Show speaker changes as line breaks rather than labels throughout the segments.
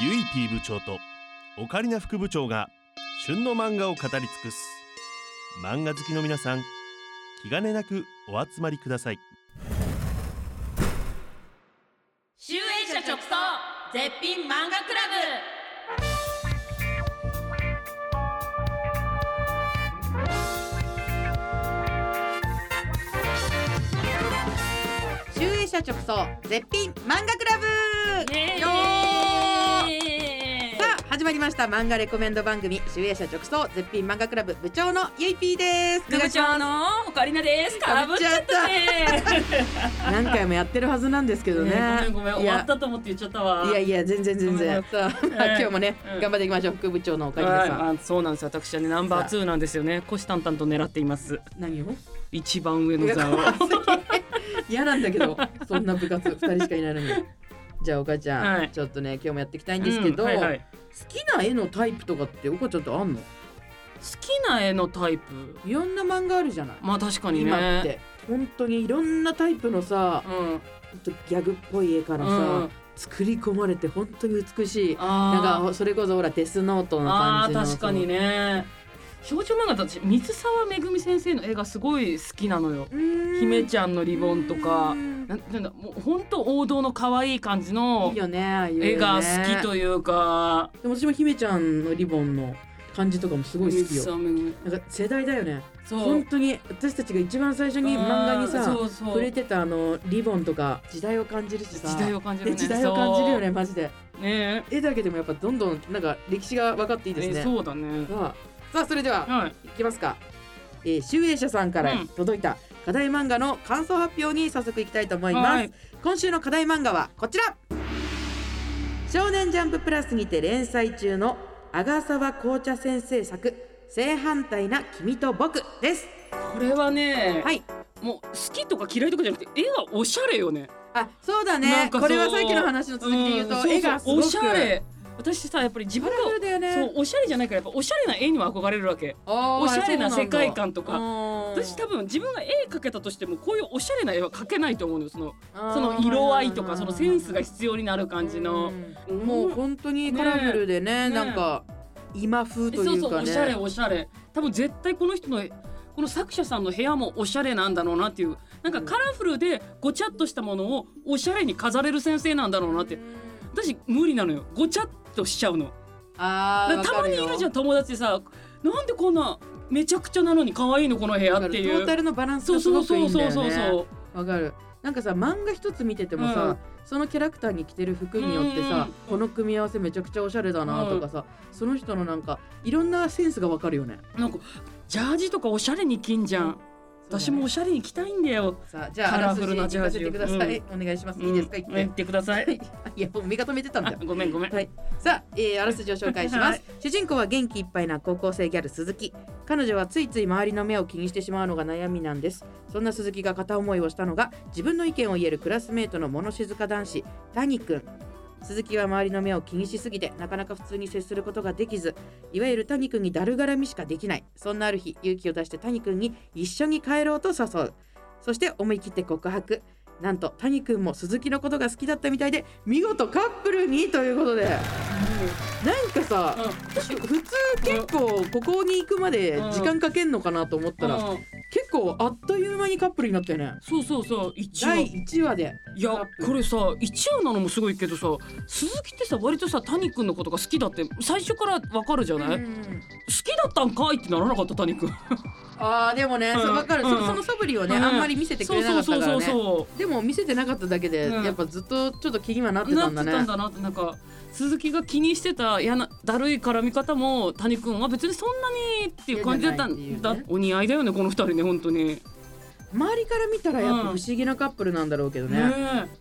ゆい P 部長とオカリナ副部長が旬の漫画を語り尽くす漫画好きの皆さん気兼ねなくお集まりください
集英社直送絶品漫画クラ
集英社直送絶品漫画クラ
ブ
ブよーさあ始まりました漫画レコメンド番組集英社直送絶品漫画クラブ部長のゆいぴーです
部長のオカリナですかぶっちゃった ね
何回もやってるはずなんですけどね
ねごめんごめん
い
終わ
や
ったと思って言っちゃったわ
いやいや全然全然さあ、まあ
うん
今日もね、
うん
頑張っていきましょう副部長のおかりな
はい、
さん、
あそうなんです私はねナンバーツーなんですよね虎視眈々と狙っています
何を
一番上の座を
怖すぎ 嫌なんだけどそんな部活二人しかいないのにじゃあおかちゃん、
はい
ちょっとね今日もやっていきたいんですけど、
うんはいはい、
好きな絵のタイプとかっておかちゃんってあんの
好きな絵のタイプ
いろんな漫画あるじゃない
まあ確かにね
今って本当にいろんなタイプのさ
うん
ほんとギャグっぽい絵からさ、
うん
作り込まれて本当に美しい
あー
なんかそれこそほらデスノートな
あ
感じの
ー確かにね少女漫画だと私水沢めぐみ先生の絵がすごい好きなのよ
そのうーん
姫ちゃんのリボンと
う
か
ーん
なんなんだもう本当王道の可愛い感じの
いいよねああいうね
絵が好きというか
でも私も姫ちゃんのリボンの感じとかもすごい好き
水
よ
沢めぐみ
なんか世代だよね
そう
本当に私たちが一番最初に漫画に
あ
さ
ーそうそう
触れてたあのリボンとか時代を感じるしさ
時代を感じる
ね
ね
時代を感じるよねマジで
そうね
絵だけでもやっぱどんどんなんか歴史が分かっていいですね。
えーそうだね
さあさあそれでは
はい
いきますか。えー、集英社さんから
うん
届いた課題漫画の感想発表に早速いきたいと思います。
はい
今週の課題漫画はこちら少年ジャンププラスにて連載中の阿賀沢紅茶先生作正反対な君と僕です。
これはね、
はい。
もう好きとか嫌いとかじゃなくて絵がおしゃれよね
あ、そうだ
な
ね
ん。かそ
こ
う
れはさっきの話の続きで言うと、
んそそ
絵がすごく
おしゃれ私さやっぱり自
カ
分
ラ
が
フルだよね。
そうおしゃれじゃないからやっぱおしゃれな絵には憧れるわけ
あー
おしゃれな
そうんだ
世界観とか
うん
私多分自分が絵描けたとしてもこういうおしゃれな絵は描けないと思うのよその
あー
その色合いとかそのセンスが必要になる感じの
うんもう本当にカラフルでね
ねえ
なんか今風と
そ
いうう
そう
か
お
ね
しゃれおしゃれ多分絶対この人のこの作者さんの部屋もおしゃれなんだろうなっていうなんかカラフルでごちゃっとしたものをおしゃれに飾れる先生なんだろうなって私無理なのよごちゃっとしちゃうの
あー
だからたまにいるじゃ
ん
ん友達でさなんでこんなめちゃくちゃなのに可愛いのこの部屋
わ
っ
か
て
るト
い
ータ
う
ルのバランス
そう
がす
そ
ご
う
くい
そ
いう
そうん
だ
そう
よ
そう
ねわかるなんかさ漫画一つ見ててもさそのキャラクターに着てる服によってさ
うん
この組み合わせめちゃくちゃおしゃれだなとかさその人のなんかいろんなセンスがわかるよね
なんかジャージとかおしゃれに着んじゃん私もおしゃれに着たいんだよ
さあじゃあ
カ
あら
ラ
す
フ
じ
ルな
聞かせてくださ
ジャー
い
ジ
お願いしますいいですか
うん
言
言
っ
ってください
て いやもう味方めてたんだ
あ
よ
ごめんご めん
はい、さあ、えーあらすじを紹介します、
はい
主人公は元気いっぱいな高校生ギャル鈴木彼女はついつい周りの目を気にしてしまうのが悩みなんですそんな鈴木が片思いをしたのが自分の意見を言えるクラスメートの物静か男子谷くん鈴木は周りの目を気にしすぎてなかなか普通に接することができずいわゆる谷くんにだるがらみしかできないそんなある日勇気を出して谷くんに一緒に帰ろうと誘うそして思い切って告白なんと谷くんも鈴木のことが好きだったみたいで見事カップルにということでなんかさ、普通結構ここに行くまで時間かけんのかなと思ったら、
うん
結構あっという間にカップルになったよね
そうそうそう一応
第1話で
いやこれさ一応なのもすごいけどさ鈴木ってさ割とさ谷君のことが好きだって最初からわかるじゃない、好きだったんかいってならなかった谷君
あーでもね、
うん
そう分かる、
う
そ
ん
その素振りをね、
うん
あんまり見せてく
そう
れなか
そう
っ
そ
た
う
か
そ
ら
う
ね
そ
でも見せてなかっただけで、
うん
やっぱずっとちょっと気にはなっ
う
て
な
た
っ
ん
て
だね
たんだなってなんか鈴木が気にしてたやなだるい絡み方も谷君は別にそんなにっていう感じだった
嫌
ん
じゃ
だ、
ないっていうね
お似合いだよねこの二人ね本当にね
周りから見たらやっぱ不思議なカップルなんだろうけどね、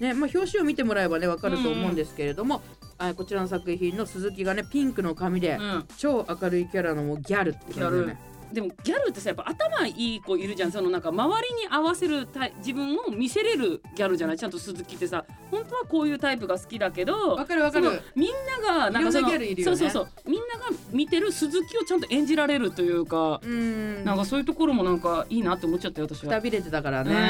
ねまあ、表紙を見てもらえばね分かると思うんですけれども、あこちらの作品の鈴木がねピンクの髪で、
えうん
超明るいキャラのもうギャルって感じだよね
でもギャルってさやっぱ頭いい子いるじゃんそのなんか周りに合わせるタイ自分を見せれるギャルじゃないちゃんと鈴木ってさ本当はこういうタイプが好きだけど
わかるわかる
そのみんながなんかその
いろんなギャルいるよね
そうそうそうみんなが見てる鈴木をちゃんと演じられるというか、
うーん
なんかそういうところもなんかいいなって思っちゃったよ私
く
は
た。びれてたからね、
ね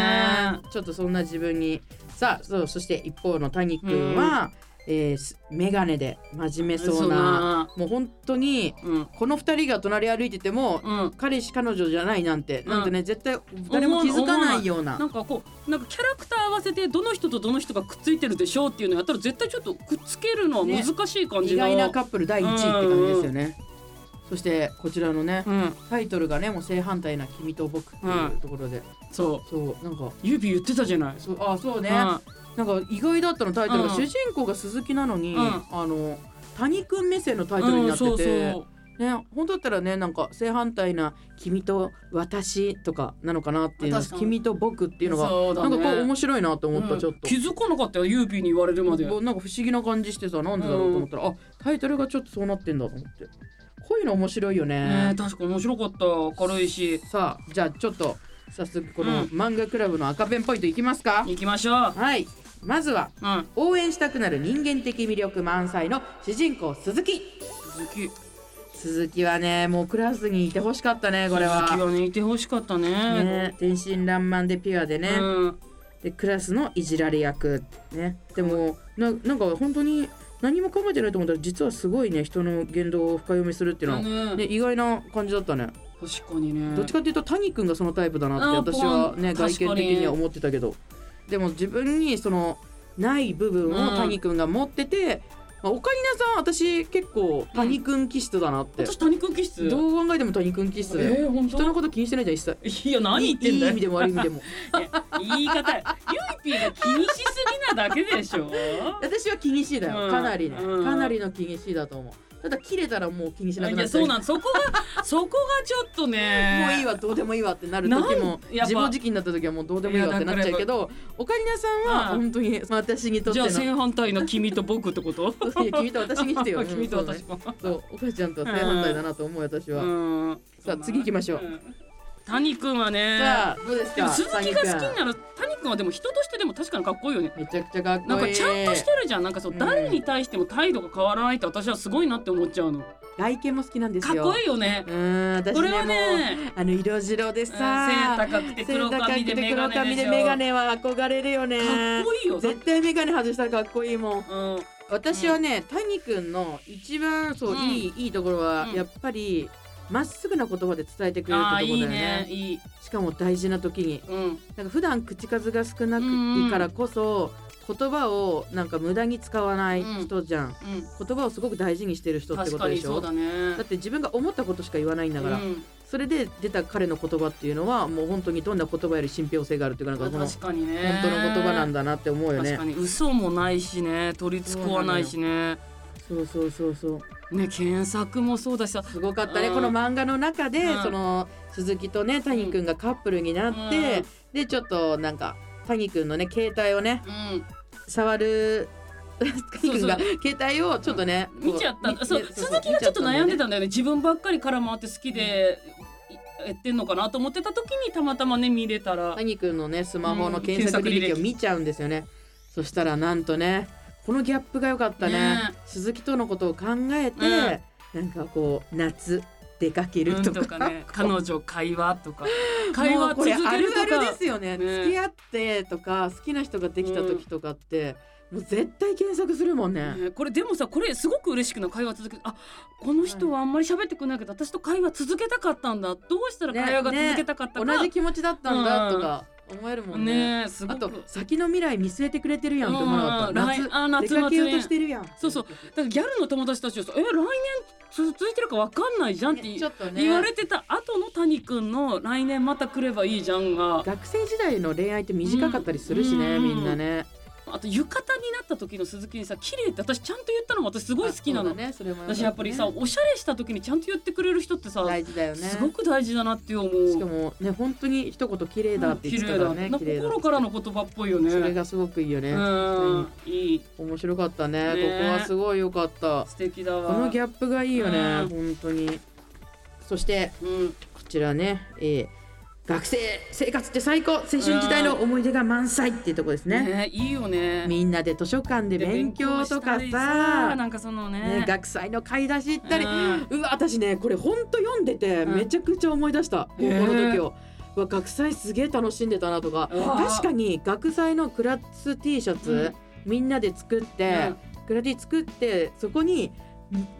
ちょっとそんな自分にさあそうそして一方の谷君は、えーす眼鏡で真面目そ
そうう
な
な
もう本当に
うん
この2人が隣歩いてても、
うん
彼氏彼女じゃないなんて、
うん
なんてね絶対誰も気づかないような
なんかこうなんかキャラクター合わせてどの人とどの人がくっついてるでしょうっていうのやったら絶対ちょっとくっつけるのは難しい感じ
意
の、
外なカップル第1位って感じですよね。そしてこちらのね
うん
タイトルがねもう正反対な「君と僕」っていうところで、
そう
そうなんか
指言ってたじゃない
そうあそうね、
うん
なんか意外だったのタイトルが、
うん
主人公が鈴木なのに、
うん
あの谷くん目線のタイトルになってて、
うん、そうそう
ね本当だったらねなんか正反対な「君と私」とかなのかなっていうの
確かに
君と僕」っていうのが
そう
な
だ
ん
ね
かこれ面白いなと思った、
うん
ちょっと
気。づかなかったよユーピーに言われるまで、
ぼなんか不思議な感じしてさなんでだろうと思ったら、あタイトルがちょっとそうなってんだと思ってこういうの面白いよ
ね
ね
え確か面白かった軽いし
さあじゃあちょっと早速こ
う
の
ん
漫画クラブの赤ペンポイントいきますか、
行きましょう
はいまずは
うん
応援したくなる人間的魅力満載の主人公鈴木
鈴木
鈴木はねもうクラスにいてほしかったねこれは
鈴木はねいてほしかったね
ね天真爛漫でピュアでね、
うん
でクラスのいじられ役ねでもななんか本当に何も考えてないと思ったら実はすごいね人の言動を深読みするっていうのは、ね
ね
意外な感じだったね、
確かにね
どっちかっていうと谷君がそのタイプだな
あ
って
ー
私はね
ポン
外見的には思ってたけどでも自分にそのない部分を谷君が持ってて、まあ、オカリナさんは私結構谷君気質だなって、
私谷君気質う
どう考えても谷君気質だよ、
えー、本当
人のこと気にしてないじゃん一切
いや何言ってん
い
だ
いいい意味
よ
でも悪い意味で も
言い方ユイピーが気にしすぎなだけでしょ
私は気にしいだよ、
うん
かなりね、
うん
かなりの気にしいだと思うただ切れたらもう気にしなく
い
なっ
や
ちゃ
そう
う
なんそこがそこがちょっとね
もういいわどうでもいいわってなる時も
なんやっぱ
自暴自棄になった時はもうどうでもいいわってなっちゃうけどオカリナさんは
うん
本当に私にとって
じゃ
の
あ正反対の君と僕ってこと
いや 君と私にしてよ
君と私
う
も
んそう,、お母ちゃんとは正反対だなと思うよ私は、
うん
さあ次行きましょう
うん谷君はね
さあどうです
でも
か
鈴木が好き
サイン
になら谷君はでも人としてでも確かにかっこいいよね
君めちゃくちゃかっこいい
なんかちゃんとしてるじゃんなんかそううん誰に対しても態度が変わらないって私はすごいなって思っちゃうのか
外見も好きなんです
っ
よ
こい
い
いよね
うーん私ね
これは
もう
ね
あの色白でさ
背高くて黒髪でメガネでしょ
メガネは憧れるよね
かっこいいよ
絶対メガネ外したらかっこいいもん
うん
私はね、谷くんの一番そう、
うん
いいいいところは、
うん
やっぱりまっすぐな言葉で伝えてくれる
あ
っ
あ
てと
い
こだ
い
よね
ねいい
しかも大事な時に
うん
なんか普段口数が少なく
うんうん
からこそ、言葉をなんか無駄に使わない人じゃん、
う
言葉をすごく大事にしてる人
ん
って
確
こと
か
で
に
し
そ
ょ
うだね
だって自分が思ったことしか言わないんだから、
うん
それで出た彼の言葉っていうのはもう本当にどんな言葉より信憑性があるっていうかなんかこの
確かにね
本当の言葉なんだなって思うよ
確
ね
か。に嘘もないしね取り繕わないしね
そうそうそうそう。
ね検索もそうだしさ
すごかったね。
うん
この漫画の中で、
うん
その鈴木とね谷くんがカップルになって、
うん
でちょっとなんか谷くんのね携帯をね
うん
触る谷くんが
そ
携帯をちょっとね、こう
見ちゃった
見て
そう
そうそう
鈴木がちょっと悩ん
見ち
で
ゃった
んだよね自分ばっかり絡まって好きでいやってんのかなと思ってた時にたまたまね見れたら
だよね谷くんのねスマホの検索
うん
履歴を
検索履歴
見ちゃうんですよね。そしたらなんとねこのギャップが良かったね
ね
鈴木とのことを考えて、なんかこう夏出かける
うん
と
と
か,、
かね彼女会話とか会
もう
話
こ
続
れ
け
ある
る
あ
と
るで
か
すよね
ね
付き合ってとか好きな人ができた時とかって、もう絶対検索するもんね。
ねこれでもさこれすごく嬉しくない会話続けてあこの人はあんまり喋ってくれないけど私と会話続けたかったんだどうしたら
ね
会話が続けたかったか
同じ気持ちだったんだ
うん
とか思えるもんね。
ねえすご
あと
く
先の未来見据えてくれてるやんって思わなかった。
うんうんうん来あ
夏
夏
出かけよう
祭
と
り
してるやん。
そうそうだからギャルの友達たちはさ「え来年続いてるかわかんないじゃん」って
ねちょっとね
言われてた後の谷くんの「来年また来ればいいじゃんが」
学生時代の恋愛って短かったりするしね、
うん
みんなね。
あと浴衣になった時の鈴木にさ「綺麗って私ちゃんと言ったのも私すごい好きな
あ
の、
そうだね、それもよかたね
私やっぱりさおしゃれした時にちゃんと言ってくれる人ってさ、
大事だよね。
すごく大事だなって思
しか
う。
もね本当に一言綺麗だって言ってたからね
うん綺
綺麗
麗だ
だ
心からの言葉っぽいよね。
それがすごくいいよね、
うんいい
面白かったね
ね
ここはすごい良かった
素敵だ
こ
わ。
のギャップがいいよね、
うん
本当にそして
うん
こちらね、えー学生生活って最高青春時代の思い出が満載っていうとこですね、
ねいいよね。
みんなで図書館で
で
勉強とか
勉強したり
さ
なんかそのね
ね、学祭の買い出し行ったり、
うん
うわ私ねこれほんと読んでて
うん
めちゃくちゃ思い出した、
へー
高校の時を。うわ学祭すげえ楽しんでたなとか
うわ
確かに学祭のクラス T シャツ、みんなで作って、グラディ作ってそこに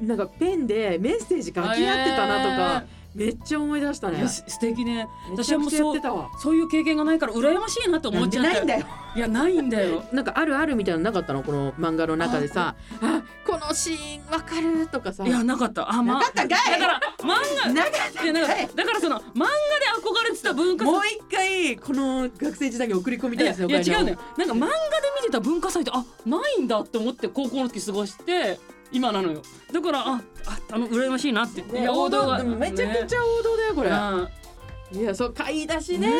んなんかペンでメッセージ書き合ってたなとか、めっちゃ思い出した
えーい
ね
やす素敵ね
め
私
ちゃ
は
く
もう
ちゃや
そ
っ
う
てたわ
そういう経験がないから羨ましいなと思っちゃった
なんでないんだよ
いやないんだよ
なんかあるあるみたいなのなかったのこの漫画の中でさあこのシーンわかるとかさ
いやなかったあま
なかったんかい
だから漫
なかった
画いやなんか
はい
だからその漫画で憧れてた文化祭
もう一回この学生時代に送り込み
い
たい
や
ですね
いや
岡井ちゃ
違
ん
うのよなんか漫画で見てた文化祭ってあないんだって思って高校の時過ごして今なのよだからあああの羨ましいなって、
ね
いや
王道でもめちゃくちゃ王道だよこれ、
ゃ
いやそう買い出しね
ね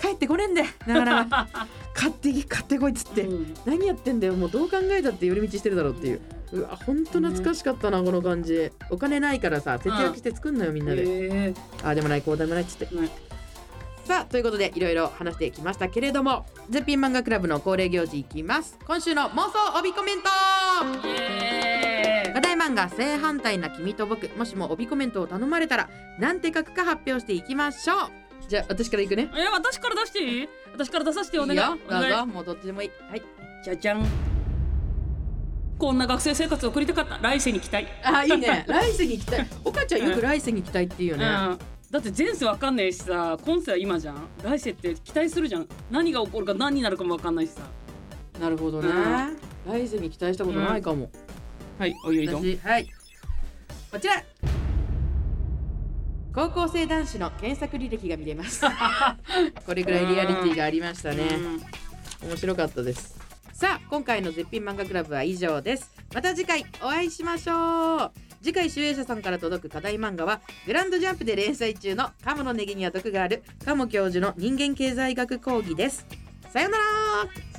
帰ってこねえんだよなかな か買ってき買ってこいっつっ
え
て、何やってんだよもうどう考えたって寄り道してるだろうっていううわほんと懐かしかったな、この感じお金ないからさ節約して作んのよみんなで、
え
ああでもないこうでもないっつって、
うん
さあということでいろいろ話してきましたけれども絶品漫画クラブの恒例行事いきます今週の妄想帯コメント
イエーイ
課題漫画正反対な君と僕もしも帯コメントを頼まれたらなんて書くか発表していきましょうじゃあ私からいくね
え私から出していい私から出させて
い
お願い
いよ
お
どう
願い
ぞもうどっちでもいいはい
じゃじゃんこんな学生生活を送りたかった来世に期待、
あいい ね来世に行きたい岡ちゃんよく来世に行きたいって言うよ
うん、
ね、
だって前世わかんないしさ今世は今じゃん来世って期待するじゃん何が起こるか何になるかもわかんないしさ
なるほどね、来世に期待したことないかも、
はいお湯いどん
私はいこちら高校生男子の検索履歴が見れます これぐらいリアリティがありましたね、面白かったですさあ今回の絶品漫画クラブは以上ですまた次回お会いしましょう次回集英社さんから届く課題漫画はグランドジャンプで連載中の鴨のネギには毒がある鴨教授の人間経済学講義ですさようなら